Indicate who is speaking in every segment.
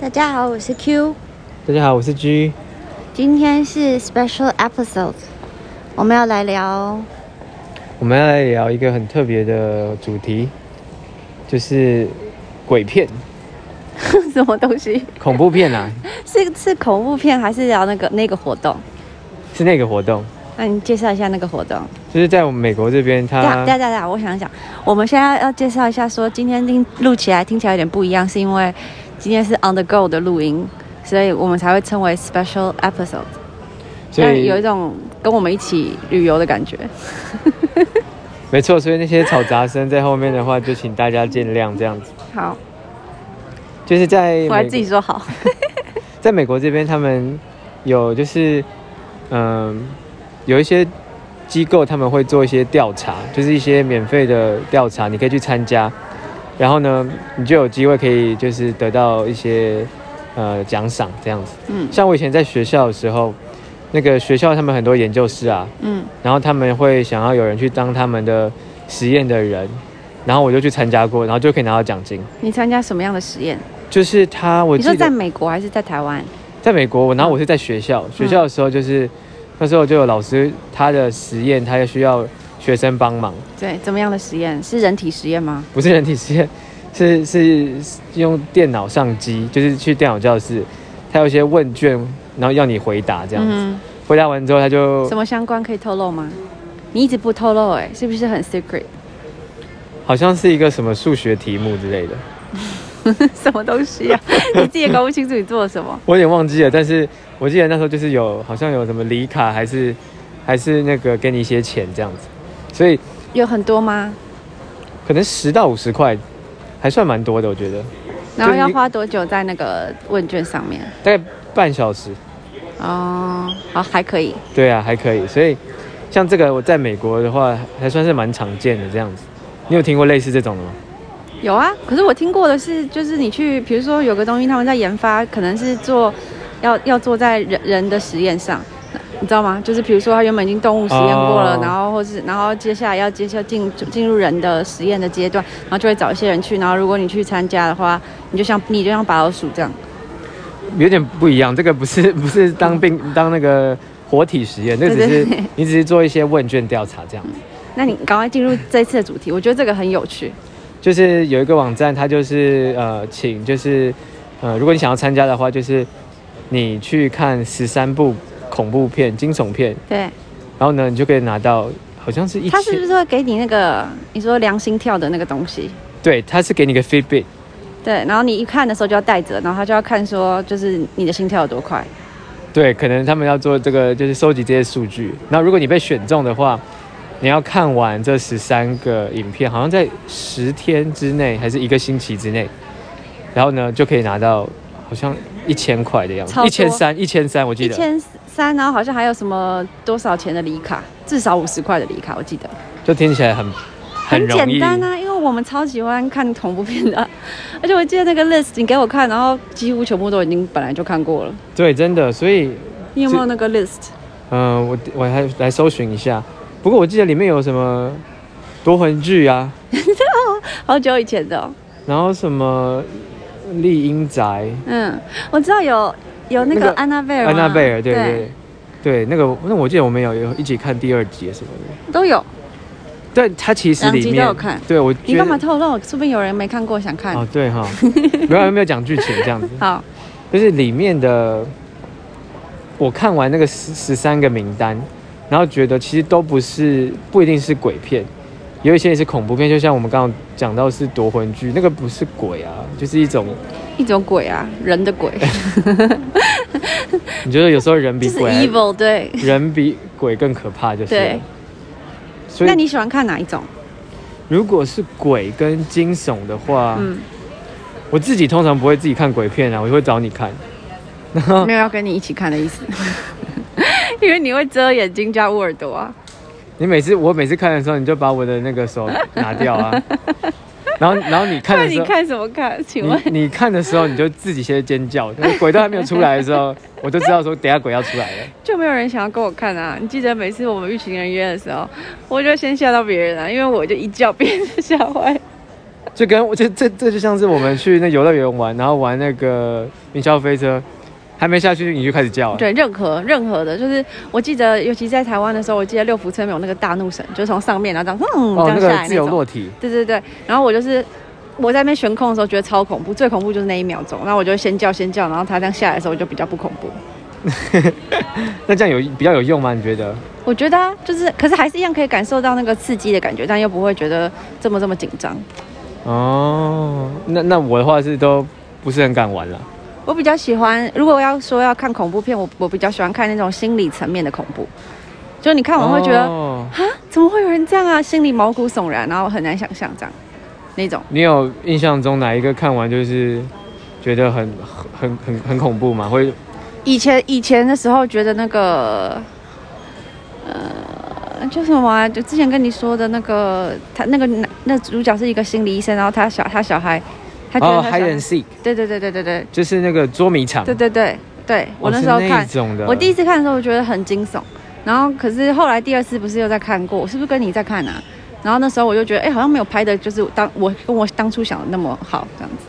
Speaker 1: 大家好，我是 Q，
Speaker 2: 大家好，我是 G。
Speaker 1: 今天是 special episode，我们要来 聊
Speaker 2: 我们要来聊一个很特别的主题，就是鬼片、
Speaker 1: 什么东西？
Speaker 2: 恐怖 片啊，
Speaker 1: 是是恐怖片还是聊那个那个活动？
Speaker 2: 是那个活动，
Speaker 1: 那你介绍一下那个活动。
Speaker 2: 就是在我们美国这边，
Speaker 1: 大家
Speaker 2: 它
Speaker 1: 大家大家，我想想，我们现在要介绍一下，说今天听录起来听起来有点不一样，是因为今天是 on the go 的录音，所以我们才会称为 special episode，
Speaker 2: 所
Speaker 1: 但
Speaker 2: 以
Speaker 1: 有一种跟我们一起旅游的感觉。
Speaker 2: 没错，所以那些吵杂声在后面的话，就请大家见谅这样子。
Speaker 1: 好，
Speaker 2: 就是在美
Speaker 1: 我还自己说好。
Speaker 2: 在美国这边，他们有就是嗯、有一些机构他们会做一些调查，就是一些免费的调查，你可以去参加。然后呢，你就有机会可以就是得到一些呃奖赏这样子。
Speaker 1: 嗯
Speaker 2: 像我以前在学校的时候，那个学校他们很多研究室啊，
Speaker 1: 嗯，
Speaker 2: 然后他们会想要有人去当他们的实验的人，然后我就去参加过，然后就可以拿到奖金。
Speaker 1: 你参加什么样的实验？
Speaker 2: 就是他，我
Speaker 1: 你
Speaker 2: 记
Speaker 1: 说
Speaker 2: 得
Speaker 1: 在美国还是在台湾？
Speaker 2: 在美国，我然后我是在学校，学校的时候就是那时候就有老师他的实验，他也需要学生帮忙，
Speaker 1: 对，怎么样的实验？是人体实验吗？
Speaker 2: 不是人体实验， 是是是用电脑上机，就是去电脑教室，他有一些问卷，然后要你回答这样子，
Speaker 1: 嗯
Speaker 2: 回答完之后他就
Speaker 1: 哼，什么相关可以透露吗？你一直不透露、哎，是不是很 secret？
Speaker 2: 好像是一个什么数学题目之类的，
Speaker 1: 什么东西 啊？你自己也搞不清楚你做了什么。
Speaker 2: 我有点忘记了，但是我记得那时候就是有好像有什么礼卡还是还是那个给你一些钱这样子，所以
Speaker 1: 有很多吗？
Speaker 2: 可能十到五十块还算蛮多的，我觉得。
Speaker 1: 然后
Speaker 2: 就是
Speaker 1: 要
Speaker 2: 一
Speaker 1: 花多久在那个问卷上面？
Speaker 2: 大概半小时。
Speaker 1: 哦，好，还可以。
Speaker 2: 对啊，还可以。所以像这个我在美国的话，还算是蛮常见的这样子。你有听过类似这种的吗？
Speaker 1: 有啊，可是我听过的是，就是你去，比如说有个东西他们在研发，可能是做要要做在人人的实验上，你知道吗？就是比如说他原本已经动物实验过了，
Speaker 2: 哦
Speaker 1: 然后或是然后接下来要接下进进入人的实验的阶段，然后就会找一些人去，然后如果你去参加的话，你就像你就像白老鼠这样，
Speaker 2: 有点不一样，这个不是 不是当病当那个活体实验，那个只
Speaker 1: 对
Speaker 2: 是
Speaker 1: 对对
Speaker 2: 你只是做一些问卷调查这样子。
Speaker 1: 那你赶快进入这次的主题，我觉得这个很有趣。
Speaker 2: 就是有一个网站，它就是呃，请就是呃，如果你想要参加的话，就是你去看十三部恐怖片、惊悚片，
Speaker 1: 对，
Speaker 2: 然后呢，你就可以拿到好像是一
Speaker 1: 他是不
Speaker 2: 千，
Speaker 1: 是会给你那个你说量心跳的那个东西？
Speaker 2: 对，它是给你个 Fitbit。
Speaker 1: 对，然后你一看的时候就要带着，然后他就要看说，就是你的心跳有多快。
Speaker 2: 对，可能他们要做这个，就是收集这些数据。那如果你被选中的话，你要看完这十三个影片，好像在十天之内还是一个星期之内，然后呢就可以拿到好像一千块的样子
Speaker 1: 超，多
Speaker 2: 一千三，一千三，我记
Speaker 1: 一
Speaker 2: 得。
Speaker 1: 千三，然后好像还有什么多少钱的礼卡，至少五十块的礼卡，我记得
Speaker 2: 就听起来很很容易
Speaker 1: 简单啊，因为我们超喜欢看恐怖片的，而且我记得那个 list 你给我看，然后几乎全部都已经本来就看过了。
Speaker 2: 对，真的。所以，
Speaker 1: 你有没有那个 list？
Speaker 2: 嗯、我我还来搜寻一下。不过我记得里面有什么夺魂剧啊，
Speaker 1: 好久以前的哦、
Speaker 2: 然后什么丽英宅、
Speaker 1: 嗯，我知道有有那
Speaker 2: 那
Speaker 1: 个啊
Speaker 2: 个
Speaker 1: 安娜贝尔吗，
Speaker 2: 安娜贝尔，对对对，对那个那我记得我们有有一起看第二集什么的，
Speaker 1: 都有。
Speaker 2: 但它其实里
Speaker 1: 两集都
Speaker 2: 面
Speaker 1: 有看
Speaker 2: 对我
Speaker 1: 你
Speaker 2: 觉
Speaker 1: 干嘛
Speaker 2: 得
Speaker 1: 透露？说不定有人没看过想看。
Speaker 2: 哦对 哈，没有没有讲剧情这样子，
Speaker 1: 好，
Speaker 2: 就是里面的我看完那个十十三个名单，然后觉得其实都不是不一定是鬼片，有一些也是恐怖片，就像我们刚刚讲到是夺魂剧，那个不是鬼啊，就是一种
Speaker 1: 一种鬼啊，人的 鬼，
Speaker 2: 你觉得有时候人比
Speaker 1: 就是
Speaker 2: 鬼还
Speaker 1: evil 对。
Speaker 2: 人比鬼更可怕就是了
Speaker 1: 对，
Speaker 2: 所以
Speaker 1: 那你喜欢看哪一种？
Speaker 2: 如果是鬼跟惊悚的话，
Speaker 1: 嗯，
Speaker 2: 我自己通常不会自己看鬼片啊，我就会找你看。然后
Speaker 1: 没有要跟你一起看的意思， 因为你会遮眼睛加捂耳朵啊。
Speaker 2: 你每次我每次看的时候，你就把我的那个手拿 掉啊。然后然后你 看
Speaker 1: 那
Speaker 2: 的时
Speaker 1: 你
Speaker 2: 候，嗯
Speaker 1: 看什么看？请问
Speaker 2: 你你看的时候，你就自己先尖叫。那个鬼都还没有出来的时 候，我就知道说等一下鬼要出来了。
Speaker 1: 就没有人想要跟我看啊？你记得每次我们一群人约的时候，我就先吓到别人啊，因为我就一叫别人就吓坏。
Speaker 2: 就跟我这这这就像是我们去那游乐园玩，然后玩那个云霄飞车，还没下去你就开始叫了。
Speaker 1: 对，任何任何的，就是我记得，尤其在台湾的时候，我记得六福村有那个大怒神，就是从上面然后这样，嗯，
Speaker 2: 哦，
Speaker 1: 这样下
Speaker 2: 那个
Speaker 1: 来
Speaker 2: 自
Speaker 1: 那
Speaker 2: 由
Speaker 1: 种。
Speaker 2: 落体，
Speaker 1: 对对对，然后我就是我在那边悬空的时候觉得超恐怖，最恐怖就是那一秒钟，然后我就先叫先叫，然后他这样下来的时候我就比较不恐怖。
Speaker 2: 那这样有比较有用吗？你觉得？
Speaker 1: 我觉得啊、就是，可是还是一样可以感受到那个刺激的感觉，但又不会觉得这么这么紧张。
Speaker 2: 哦，那那我的话是都不是很敢玩了。
Speaker 1: 我比较喜欢，如果要说要看恐怖片，我我比较喜欢看那种心理层面的恐怖，就你看完会觉得、
Speaker 2: 哦
Speaker 1: 怎么会有人这样啊，心里毛骨悚然，然后很难想象这样那种。
Speaker 2: 你有印象中哪一个看完就是觉得很很很很恐怖吗？会
Speaker 1: 以前以前的时候觉得那个，呃，叫什么啊？就之前跟你说的那个，他那个男那主角是一个心理医生，然后他小他小孩，他觉得
Speaker 2: 哦
Speaker 1: 他小孩、
Speaker 2: ，hide and seek，
Speaker 1: 对对对对对对
Speaker 2: 就是那个捉迷藏。
Speaker 1: 对对对对，我
Speaker 2: 啊哦
Speaker 1: 那
Speaker 2: 是
Speaker 1: 时候
Speaker 2: 那
Speaker 1: 看
Speaker 2: 一，种的。
Speaker 1: 我第一次看的时候我觉得很惊悚，然后可是后来第二次不是又在看过，我是不是跟你在看啊？然后那时候我就觉得，哎、好像没有拍的，就是当我跟我当初想的那么好这样子。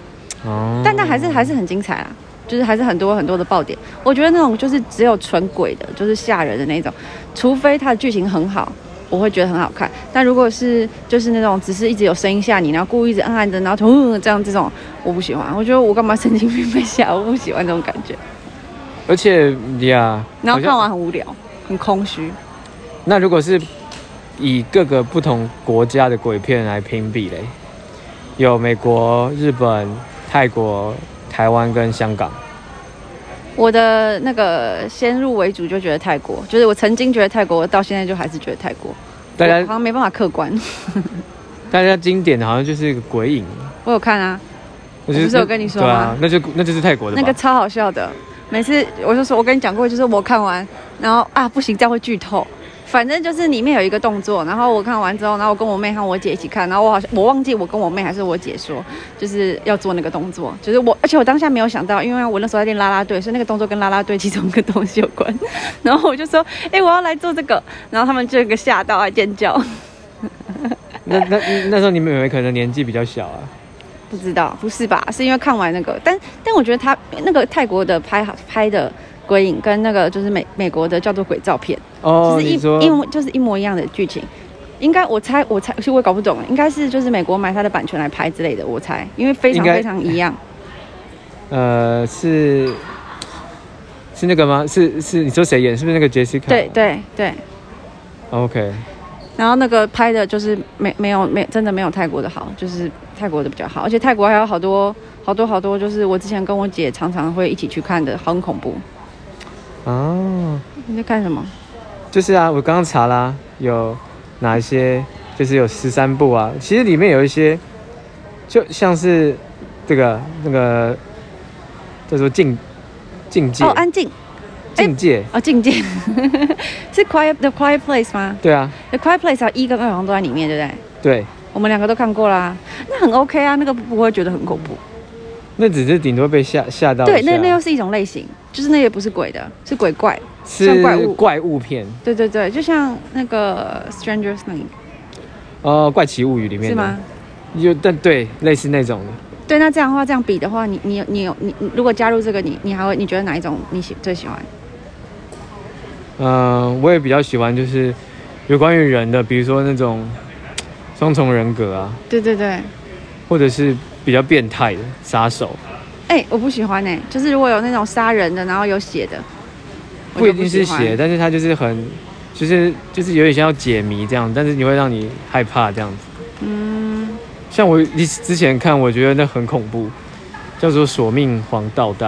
Speaker 2: 哦，
Speaker 1: 但那还是还是很精彩啊，就是还是很多很多的爆点。我觉得那种就是只有纯鬼的，就是吓人的那种，除非它的剧情很好，我会觉得很好看。但如果是就是那种只是一直有声音吓你，然后故意一直按按着，然后突这样这种，我不喜欢。我觉得我干嘛神经病被吓，我不喜欢这种感觉。
Speaker 2: 而且呀，
Speaker 1: 然后
Speaker 2: 好像
Speaker 1: 看完很无聊，很空虚。
Speaker 2: 那如果是以各个不同国家的鬼片来评比嘞，有美国、日本、泰国、台湾跟香港。
Speaker 1: 我的那个先入为主就觉得泰国，就是我曾经觉得泰国，到现在就还是觉得泰国，
Speaker 2: 大
Speaker 1: 我好
Speaker 2: 家
Speaker 1: 像没办法客观。
Speaker 2: 大家经典的好像就是一个鬼影，
Speaker 1: 我有看啊，
Speaker 2: 那
Speaker 1: 我不是有跟你说
Speaker 2: 对
Speaker 1: 吗
Speaker 2: 啊，那就那就是泰国的吧
Speaker 1: 那个超好笑的。每次我就说，我跟你讲过，就是我看完，然后啊不行，这样会剧透。反正就是里面有一个动作，然后我看完之后，然后我跟我妹和我姐一起看，然后我好像我忘记我跟我妹还是我姐说，就是要做那个动作，就是我，而且我当下没有想到，因为我那时候在练啦啦队，所以那个动作跟啦啦队其中一个东西有关。 然后我就说，哎、我要来做这个，然后他们就有一个吓到啊尖叫，
Speaker 2: 那那那时候你们以为可能年纪比较小啊，
Speaker 1: 不知道不是吧？是因为看完那个，但但我觉得他那个泰国的拍拍的鬼影跟那个就是美美国的叫做鬼照片。
Speaker 2: 哦，
Speaker 1: 就是
Speaker 2: 你
Speaker 1: 一
Speaker 2: 说
Speaker 1: 一模就是一模一样的剧情。应该我猜我猜，其实我也搞不懂，应该是就是美国买它的版权来拍之类的，我猜，因为非常
Speaker 2: 应该
Speaker 1: 非常一样。
Speaker 2: 呃是是那个吗？是是你说谁演？是不是那个杰西卡？
Speaker 1: 对对对，
Speaker 2: ，OK，
Speaker 1: 然后那个拍的就是没没有没真的没有泰国的好，就是泰国的比较好，而且泰国还有好多好多好多，就是我之前跟我姐常常会一起去看的，很恐怖。
Speaker 2: 哦，
Speaker 1: 你在看什么？
Speaker 2: 就是啊，我刚刚查啦，有哪一些就是有十三部啊，其实里面有一些就像是这个那个叫做境境界、
Speaker 1: 哦，安静
Speaker 2: 境界，
Speaker 1: 哦，静静 是 Quiet The Quiet Place 吗
Speaker 2: 对啊，
Speaker 1: ？The Quiet Place 啊，一跟二好像都在里面，对不对？
Speaker 2: 对，
Speaker 1: 我们两个都看过啦，那很 OK 啊，那个不会觉得很恐怖。
Speaker 2: 那只是顶多被吓吓到一下，
Speaker 1: 对，
Speaker 2: 啊
Speaker 1: 那那又是一种类型，就是那也不是鬼的，是鬼怪。像
Speaker 2: 是
Speaker 1: 怪物
Speaker 2: 怪物片
Speaker 1: 对对对，就像那个《Stranger Things
Speaker 2: 哦，《怪奇物语》里》
Speaker 1: 是
Speaker 2: 面的
Speaker 1: 吗？？
Speaker 2: 有但对类似那种的。
Speaker 1: 对，那这样的话，这样比的话，你你你有你，你如果加入这个，你你还会你觉得哪一种你喜最喜欢？
Speaker 2: 嗯，我也比较喜欢就是有关于人的，比如说那种嘖双重人格啊，
Speaker 1: 对对对，
Speaker 2: 或者是比较变态的杀手，
Speaker 1: 哎、我不喜欢哎、就是如果有那种杀人的，然后有血的，我
Speaker 2: 不
Speaker 1: 就
Speaker 2: 一定是
Speaker 1: 喜欢
Speaker 2: 血，但是它就是很，就是就是有点像要解谜这样，但是你会让你害怕这样子。
Speaker 1: 嗯，
Speaker 2: 像我之之前看，我觉得那很恐怖，叫做《索命黄道带》，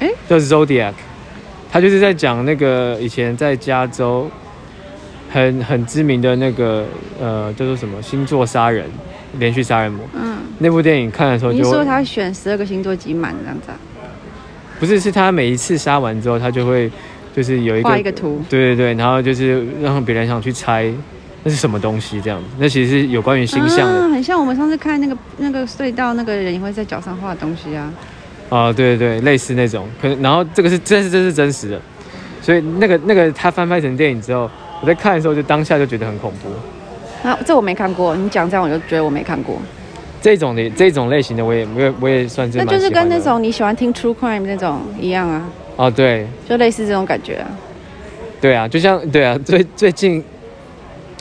Speaker 1: 诶
Speaker 2: 叫 Zodiac，他就是在讲那个以前在加州很很知名的那个呃叫做什么星座杀人，连续杀人魔。
Speaker 1: 嗯，
Speaker 2: 那部电影看的时候
Speaker 1: 你
Speaker 2: 就是
Speaker 1: 说他会选十二个星座集满这样子、啊，
Speaker 2: 不是是他每一次杀完之后，他就会就是有一个
Speaker 1: 画一个图。
Speaker 2: 对对对，然后就是让别人想去猜那是什么东西这样子，那其实是有关于星象的
Speaker 1: 啊，很像我们上次看那个那个隧道，那个人也会在脚上画东西啊。
Speaker 2: 啊、对对对，类似那种，可能然后这个是这是这是真实的，所以那个那个他翻拍成电影之后，我在看的时候就当下就觉得很恐怖，
Speaker 1: 啊，这我没看过，你讲这样我就觉得我没看过。
Speaker 2: 这种的这种类型的我也我也我也算是
Speaker 1: 那
Speaker 2: 蛮
Speaker 1: 就是
Speaker 2: 喜欢
Speaker 1: 跟
Speaker 2: 的
Speaker 1: 那种你喜欢听 true crime 那种一样啊，
Speaker 2: 哦对
Speaker 1: 就类似这种感觉啊。
Speaker 2: 对啊，就像对啊，最最近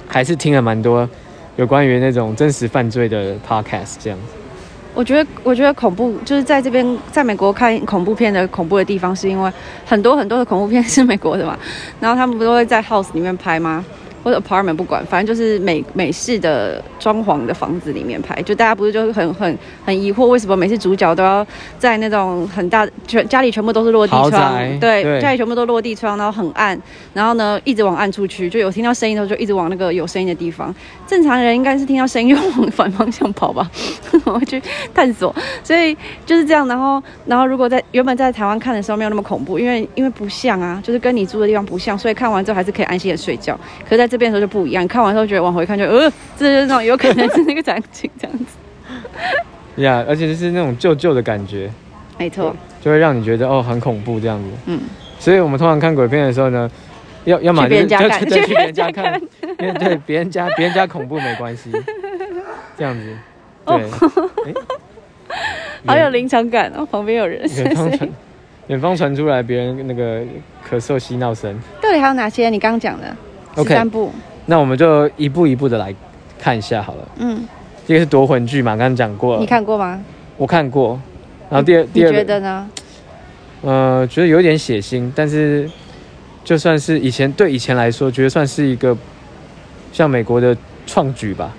Speaker 2: 还是听了蛮多有关于那种真实犯罪的 podcast 这样子。
Speaker 1: 我觉得，我觉得恐怖就是在这边，在美国看恐怖片的恐怖的地方，是因为很多很多的恐怖片是美国的嘛，然后他们不都会在 house 里面拍吗？或者 apartment 不管，反正就是美美式的装潢的房子里面拍，就大家不是就很很很疑惑，为什么每次主角都要在那种很大全家里全部都是落地
Speaker 2: 豪
Speaker 1: 窗
Speaker 2: 宅，
Speaker 1: 对，
Speaker 2: 对
Speaker 1: 家里全部都落地窗，然后很暗，然后呢一直往暗处去，就有听到声音的时候就一直往那个有声音的地方。正常人应该是听到声音就往反方向跑吧， 我去探索，所以就是这样。然后，然后如果在原本在台湾看的时候没有那么恐怖，因为因为不像啊，就是跟你住的地方不像，所以看完之后还是可以安心的睡觉。可是在这边的时候就不一样，看完之后觉得往回看就呃，这就是那种有可能是那个场景这样子，
Speaker 2: 呀、而且就是那种旧旧的感觉，
Speaker 1: 没错，
Speaker 2: 就会让你觉得哦很恐怖这样子。
Speaker 1: 嗯，
Speaker 2: 所以我们通常看鬼片的时候呢，要要么
Speaker 1: 去别
Speaker 2: 就是
Speaker 1: 人家
Speaker 2: 就
Speaker 1: 看
Speaker 2: 就对 去
Speaker 1: 去
Speaker 2: 别
Speaker 1: 别人
Speaker 2: 人家
Speaker 1: 家
Speaker 2: 看，因为对别人家别人家恐怖没关系，这样子。对，诶
Speaker 1: 哦 好有
Speaker 2: 远
Speaker 1: 临场感哦，旁边有人，
Speaker 2: 远方
Speaker 1: 谁
Speaker 2: 传远方传出来别人那个咳嗽嬉闹声。
Speaker 1: 到底还有哪些？你刚刚讲的
Speaker 2: OK
Speaker 1: 十三部，
Speaker 2: 那我们就一步一步的来看一下好了。
Speaker 1: 嗯，
Speaker 2: 一个是夺魂剧嘛，刚刚讲过了，
Speaker 1: 你看过吗？
Speaker 2: 我看过。然后第二
Speaker 1: 你
Speaker 2: 第二
Speaker 1: 觉
Speaker 2: 个，
Speaker 1: 得呢？
Speaker 2: 呃，觉得有点血腥，但是就算是以前对以前来说，觉得算是一个像美国的创举吧，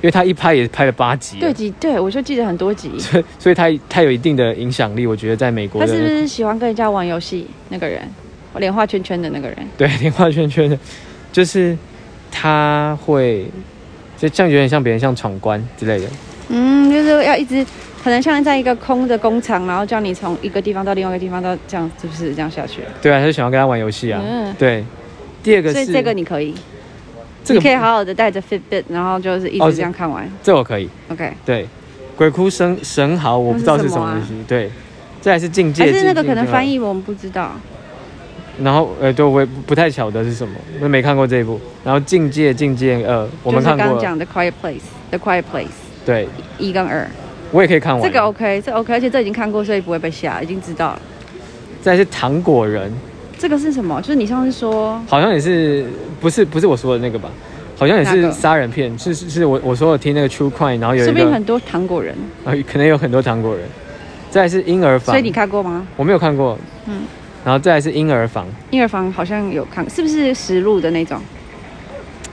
Speaker 2: 因为他一拍也拍了八集了，
Speaker 1: 对几？对我就记得很多集。
Speaker 2: 所以 所以他他有一定的影响力，我觉得在美国
Speaker 1: 他
Speaker 2: 的
Speaker 1: 是不是喜欢跟人家玩游戏那个人？脸画圈圈的那个人，
Speaker 2: 对电话圈圈的，就是他会就像有点像别人像闯关之类的，
Speaker 1: 嗯，就是要一直，可能像在一个空的工厂，然后叫你从一个地方到另外一个地方，到这样是不是这样下去？
Speaker 2: 对啊，他就想要跟他玩游戏啊，
Speaker 1: 嗯
Speaker 2: 对。第二个
Speaker 1: 所
Speaker 2: 是
Speaker 1: 以这个你可以，
Speaker 2: 这个
Speaker 1: 你可以好好的带着 Fitbit，然后就是一
Speaker 2: 哦
Speaker 1: 直这样看完。
Speaker 2: 这我可以，
Speaker 1: OK，
Speaker 2: 对，鬼哭神神嚎我不知道是什么东西，对，再来是境界，
Speaker 1: 啊还是那个
Speaker 2: 境界
Speaker 1: 可能
Speaker 2: 境界
Speaker 1: 翻译我们不知道。
Speaker 2: 然后呃，对，我也不不太晓得是什么，我没看过这一部。然后《境界》《境界》呃，我们看
Speaker 1: 就是刚
Speaker 2: 过
Speaker 1: 刚
Speaker 2: 了，
Speaker 1: 讲的 Quiet Place，The Quiet Place
Speaker 2: 对，
Speaker 1: 一跟二，
Speaker 2: 我也可以看完。
Speaker 1: 这个 OK，这 OK，而且这已经看过，所以不会被吓，已经知道了。
Speaker 2: 再来是《糖果人
Speaker 1: 这个是什么？就是你上次说》，
Speaker 2: 好像也是不是不是我说的那个吧？好像也
Speaker 1: 哪
Speaker 2: 是
Speaker 1: 个
Speaker 2: 杀人片，是是是我我说我听那个 True Crime，然后有
Speaker 1: 说
Speaker 2: 一
Speaker 1: 不
Speaker 2: 个
Speaker 1: 定很多糖果人，
Speaker 2: 呃可能有很多糖果人。再来是婴儿房，
Speaker 1: 所以你看过吗？
Speaker 2: 我没有看过，嗯
Speaker 1: 嗯。
Speaker 2: 然后再来是婴儿房，
Speaker 1: 婴儿房好像有看，是不是实录的那种？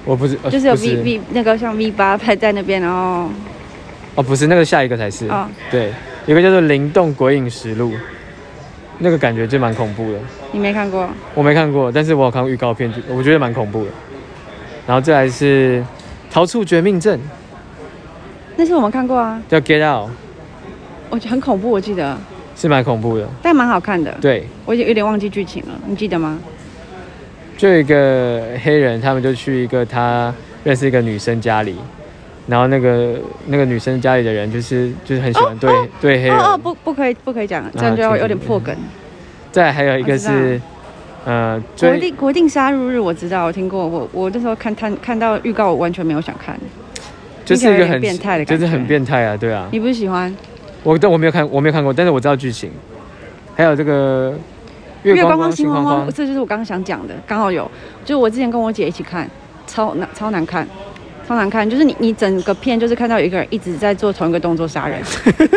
Speaker 2: 我不是，呃
Speaker 1: 就是有
Speaker 2: 不
Speaker 1: V V 那个像 V 八拍在那边，然后
Speaker 2: 哦，不是那个下一个才是，
Speaker 1: 哦
Speaker 2: 对，有个叫做《灵动鬼影实录》，那个感觉就蛮恐怖的。
Speaker 1: 你没看过？
Speaker 2: 我没看过，但是我有看过预告片，就我觉得蛮恐怖的。然后再来是《逃出绝命镇
Speaker 1: 那是我们看过啊，》，
Speaker 2: 叫《Get Out》，
Speaker 1: 我觉得很恐怖，我记得，
Speaker 2: 是蛮恐怖的。
Speaker 1: 但蛮好看的。
Speaker 2: 对，
Speaker 1: 我已经有点忘记剧情了，你记得吗？
Speaker 2: 就有一个黑人，他们就去一个他认识一个女生家里，然后那个那个女生家里的人就是就是很喜欢对、对黑人。
Speaker 1: 哦哦，不不可以不可以
Speaker 2: 啊
Speaker 1: 讲，这样就要有点破梗。
Speaker 2: 再来还有一个
Speaker 1: 我
Speaker 2: 是
Speaker 1: 知，
Speaker 2: 呃，
Speaker 1: 国
Speaker 2: 追
Speaker 1: 定国定杀戮日我知道，我听过，我我那时候看看看到预告，我完全没有想看。
Speaker 2: 就是一个
Speaker 1: 听起来有点
Speaker 2: 很
Speaker 1: 变态的感觉
Speaker 2: 就是很变态啊，对啊。
Speaker 1: 你不是喜欢
Speaker 2: 我但我没有看我没有看过，但是我知道剧情。还有这个月光光心慌慌，
Speaker 1: 这就是我刚刚想讲的，刚好有，就是我之前跟我姐一起看，超难超难看，超难看，就是你你整个片就是看到有一个人一直在做同一个动作杀人，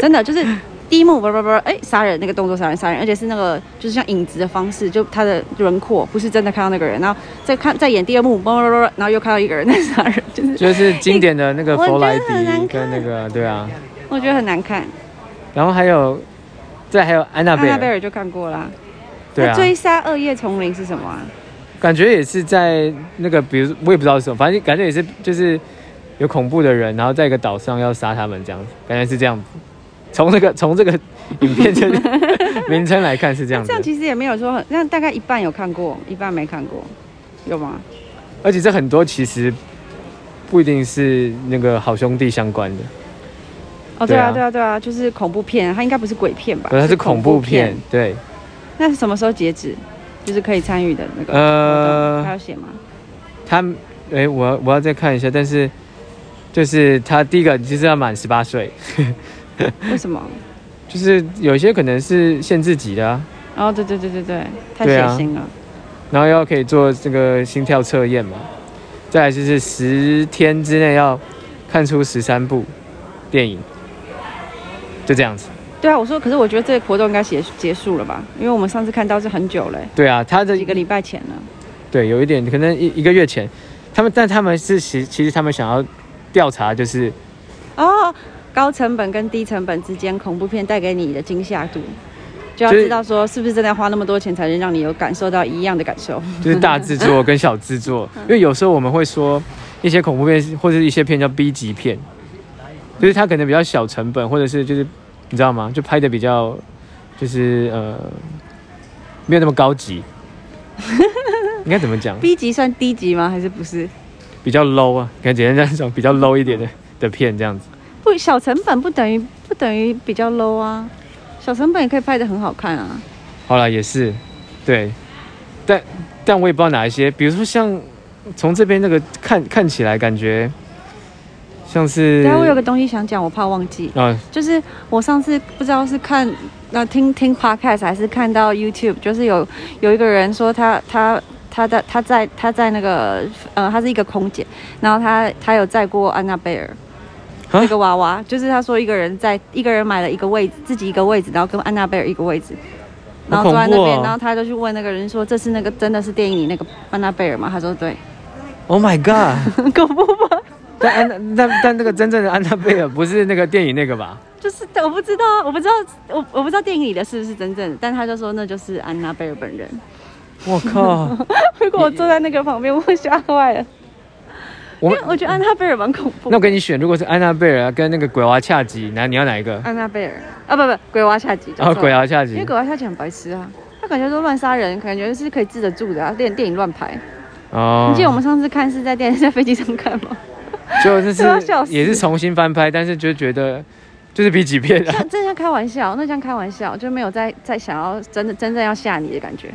Speaker 1: 真的就是第一幕不不不，哎杀人那个动作杀人杀人，而且是那个就是像影子的方式，就他的轮廓不是真的看到那个人，然后再看再演第二幕，啵啵啵啵，然后又看到一个人在杀人，就是
Speaker 2: 就是经典的那个
Speaker 1: 我觉
Speaker 2: 佛
Speaker 1: 得
Speaker 2: 莱
Speaker 1: 很难
Speaker 2: 迪
Speaker 1: 看
Speaker 2: 跟那个对啊，
Speaker 1: 我觉得很难看。
Speaker 2: 然后还有再还有安娜
Speaker 1: 安
Speaker 2: 贝
Speaker 1: 娜贝
Speaker 2: 尔，
Speaker 1: 尔就看过啦，
Speaker 2: 对
Speaker 1: 那
Speaker 2: 啊，
Speaker 1: 追杀恶夜丛林是什么啊？
Speaker 2: 感觉也是在那个，比如我也不知道是什么，反正感觉也是就是有恐怖的人，然后在一个岛上要杀他们这样子，感觉是这样子。从这个 从这个影片这个 名称来看是这样
Speaker 1: 那这样
Speaker 2: 子，
Speaker 1: 其实也没有说很，那大概一半有看过，一半没看过，有吗？
Speaker 2: 而且这很多其实不一定是那个好兄弟相关的，
Speaker 1: 哦，对啊，
Speaker 2: 对
Speaker 1: 对
Speaker 2: 啊
Speaker 1: 啊，对啊，就是恐怖片，它应该啊不是鬼片吧？
Speaker 2: 可是它是恐怖片，对，
Speaker 1: 那是什么时候截止？就是可以参与的那个活动，
Speaker 2: 呃
Speaker 1: 还有写吗？
Speaker 2: 他，哎、我要我要再看一下，但是就是他第一个其实要满十八岁，
Speaker 1: 为什么？
Speaker 2: 就是有些可能是限制级的、啊，
Speaker 1: 哦，对对对对对，太
Speaker 2: 对
Speaker 1: 血
Speaker 2: 啊
Speaker 1: 腥了。
Speaker 2: 然后要可以做这个心跳测验嘛，再来就是十天之内要看出十三部电影，就这样子。
Speaker 1: 对啊，我说，可是我觉得这个活动应该结结束了吧？因为我们上次看到是很久了、
Speaker 2: 对啊，他的
Speaker 1: 几个礼拜前了。
Speaker 2: 对有一点可能一一个月前，他们但他们是其其实他们想要调查就是
Speaker 1: 哦，高成本跟低成本之间，恐怖片带给你的惊吓度，就要
Speaker 2: 就是
Speaker 1: 知道说是不是真的要花那么多钱才能让你有感受到一样的感受。
Speaker 2: 就是大制作跟小 制作，
Speaker 1: 嗯
Speaker 2: 因为有时候我们会说一些恐怖片或者是一些片叫 B 级片，就是它可能比较小成本，或者是就是你知道吗？就拍的比较就是呃没有那么高级，应该怎么讲？
Speaker 1: B 级算低级吗？还是不是？
Speaker 2: 比较 low 啊，感觉那种比较 low 一点的的片这样子。
Speaker 1: 不，小成本不等于不等于比较 low 啊，小成本也可以拍得很好看啊。
Speaker 2: 好了，也是，对，但但我也不知道哪一些，比如说像从这边那个看看起来感觉像是
Speaker 1: 等啊一下我有个东西想讲，我怕忘记。
Speaker 2: 啊
Speaker 1: 就是我上次不知道是看呃听听 podcast 还是看到 YouTube，就是有有一个人说他他他在他在他在那个呃他是一个空姐，然后他他有载过安娜贝尔。
Speaker 2: 啊
Speaker 1: 那个娃娃，就是他说一个人在一个人买了一个位置，自己一个位置，然后跟安娜贝尔一个位置，然后坐在那
Speaker 2: 好恐
Speaker 1: 边，
Speaker 2: 怖哦
Speaker 1: 然后他就去问那个人说：“这是那个真的是电影里那个安娜贝尔吗？”他说：“对，
Speaker 2: ，Oh my god！
Speaker 1: 很恐怖吧？
Speaker 2: 但安但但那个真正的安娜贝尔不是那个电影那个吧？
Speaker 1: 就是我不知道，我不知道，我我不知道电影里的是不是真正的，但他就说那就是安娜贝尔本人。
Speaker 2: 我 靠，
Speaker 1: 如果我坐在那个旁边，我会吓坏了，
Speaker 2: 我
Speaker 1: 因
Speaker 2: 们
Speaker 1: 为我觉得安娜贝尔蛮恐怖
Speaker 2: 那
Speaker 1: 的。
Speaker 2: 我给你选，如果是安娜贝尔跟那个鬼娃恰吉，那你要哪一个？
Speaker 1: 安娜贝尔啊，不不，鬼娃下集。
Speaker 2: 然后哦鬼
Speaker 1: 娃，
Speaker 2: 娃恰
Speaker 1: 因为
Speaker 2: 吉，
Speaker 1: 鬼娃下集很白痴啊，他感觉都乱杀人，感觉是可以治得住的啊，电电影乱拍。
Speaker 2: 哦
Speaker 1: 你记得我们上次看是在电在飞机上看 吗？
Speaker 2: 就这
Speaker 1: 都要笑
Speaker 2: 是
Speaker 1: 死
Speaker 2: 也是重新翻拍，但是就觉得就是比几遍 啊。
Speaker 1: 像真像开玩笑，那像开玩笑，就没有在在想要真的真正要吓你的感觉。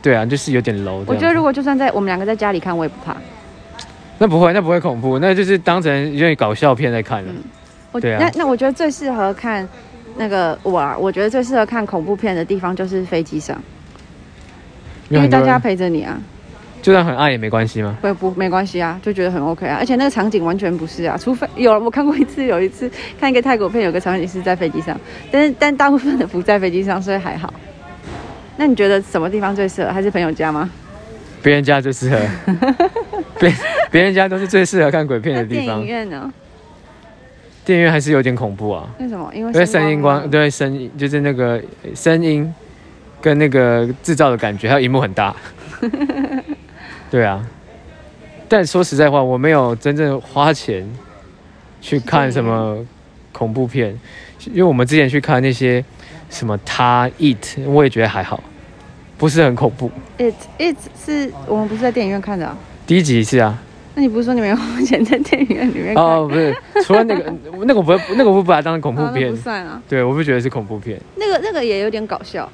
Speaker 2: 对啊，就是有点 low 这样子。
Speaker 1: 我觉得如果就算在我们两个在家里看，我也不怕。
Speaker 2: 那不会，那不会恐怖，那就是当成有点搞笑片在看了。
Speaker 1: 嗯我
Speaker 2: 对啊
Speaker 1: 那那我觉得最适合看那个我啊，我觉得最适合看恐怖片的地方就是飞机上，因为
Speaker 2: 很
Speaker 1: 大
Speaker 2: 多人
Speaker 1: 家陪着你啊，
Speaker 2: 就算很爱也没关系吗？
Speaker 1: 不不没关系啊，就觉得很 OK 啊，而且那个场景完全不是啊，除非有我看过一次，有一次看一个泰国片，有个场景是在飞机上，但是但大部分的不在飞机上，所以还好。那你觉得什么地方最适合？还是朋友家吗？
Speaker 2: 别人家最适合， 别别人家都是最适合看鬼片
Speaker 1: 那
Speaker 2: 的地
Speaker 1: 电
Speaker 2: 方
Speaker 1: 影。院呢？
Speaker 2: 电影院还是有点恐怖啊，
Speaker 1: 为什么？因为
Speaker 2: 因为声音
Speaker 1: 吗
Speaker 2: 光对声音就是那个呃声音跟那个制造的感觉，还有荧幕 很大。对啊，但说实在话，我没有真正花钱去看什么恐怖片，因为我们之前去看那些什么他 it，我也觉得还好，不是很恐怖。
Speaker 1: It It 是我们不是在电影院看的、啊，
Speaker 2: 第一集是啊，
Speaker 1: 那你不是说你没有花钱在电影院里面看？
Speaker 2: 哦，不是，除了那个 那个我不那个我不把它当成恐怖
Speaker 1: 啊那
Speaker 2: 片
Speaker 1: 不，算啊，
Speaker 2: 对，我不觉得是恐怖片，
Speaker 1: 那个那个也有点搞笑，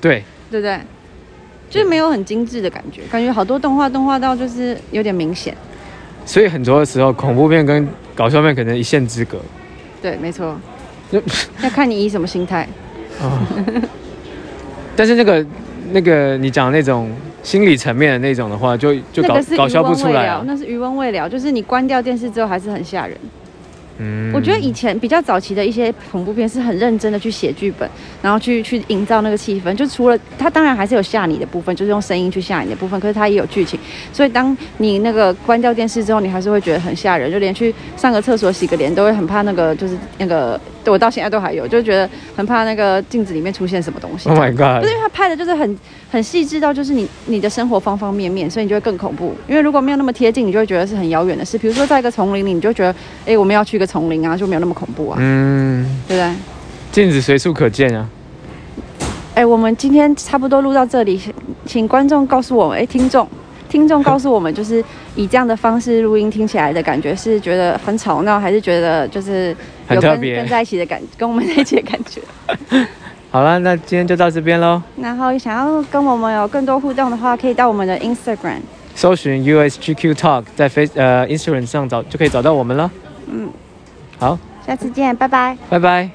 Speaker 2: 对。
Speaker 1: 对不对？就是没有很精致的感觉，感觉好多动画动画到就是有点明显。
Speaker 2: 所以很多时候，恐怖片跟搞笑片可能一线之隔。
Speaker 1: 对，没错
Speaker 2: 那，
Speaker 1: 要看你以什么心态。
Speaker 2: 但是那个那个你讲那种心理层面的那种的话，就就
Speaker 1: 那
Speaker 2: 搞
Speaker 1: 个是余
Speaker 2: 搞笑不
Speaker 1: 温
Speaker 2: 出
Speaker 1: 未
Speaker 2: 来、
Speaker 1: 了
Speaker 2: 啊，。
Speaker 1: 那是余温未了，就是你关掉电视之后还是很吓人。
Speaker 2: 嗯
Speaker 1: 我觉得以前比较早期的一些恐怖片是很认真的去写剧本，然后去去营造那个气氛。就除了它当然还是有吓你的部分，就是用声音去吓你的部分，可是它也有剧情。所以当你那个关掉电视之后，你还是会觉得很吓人，就连去上个厕所、洗个脸都会很怕那个，就是那个我到现在都还有，就觉得很怕那个镜子里面出现什么东西。
Speaker 2: Oh my
Speaker 1: 不
Speaker 2: god！
Speaker 1: 是因为他拍的就是很很细致到就是你你的生活方方面面，所以你就会更恐怖。因为如果没有那么贴近，你就会觉得是很遥远的事。比如说在一个丛林里，你就觉得，哎、我们要去一个丛林啊，就没有那么恐怖啊，
Speaker 2: 嗯，
Speaker 1: 对不对？
Speaker 2: 镜子随处可见啊。
Speaker 1: 哎、我们今天差不多录到这里，请请观众告诉我们，哎、听众。听众告诉我们，就是以这样的方式录音，听起来的感觉是觉得很吵闹，还是觉得就是
Speaker 2: 很
Speaker 1: 有
Speaker 2: 特
Speaker 1: 跟
Speaker 2: 别
Speaker 1: 跟在一起的感，跟我们在一起的感觉？
Speaker 2: 好了，那今天就到这边喽。
Speaker 1: 然后想要跟我们有更多互动的话，可以到我们的 Instagram。
Speaker 2: 搜寻 USGQ Talk 在 Face 呃 Instagram 上找就可以找到我们了。嗯，
Speaker 1: 好，
Speaker 2: 下次见，拜拜。
Speaker 1: 拜拜。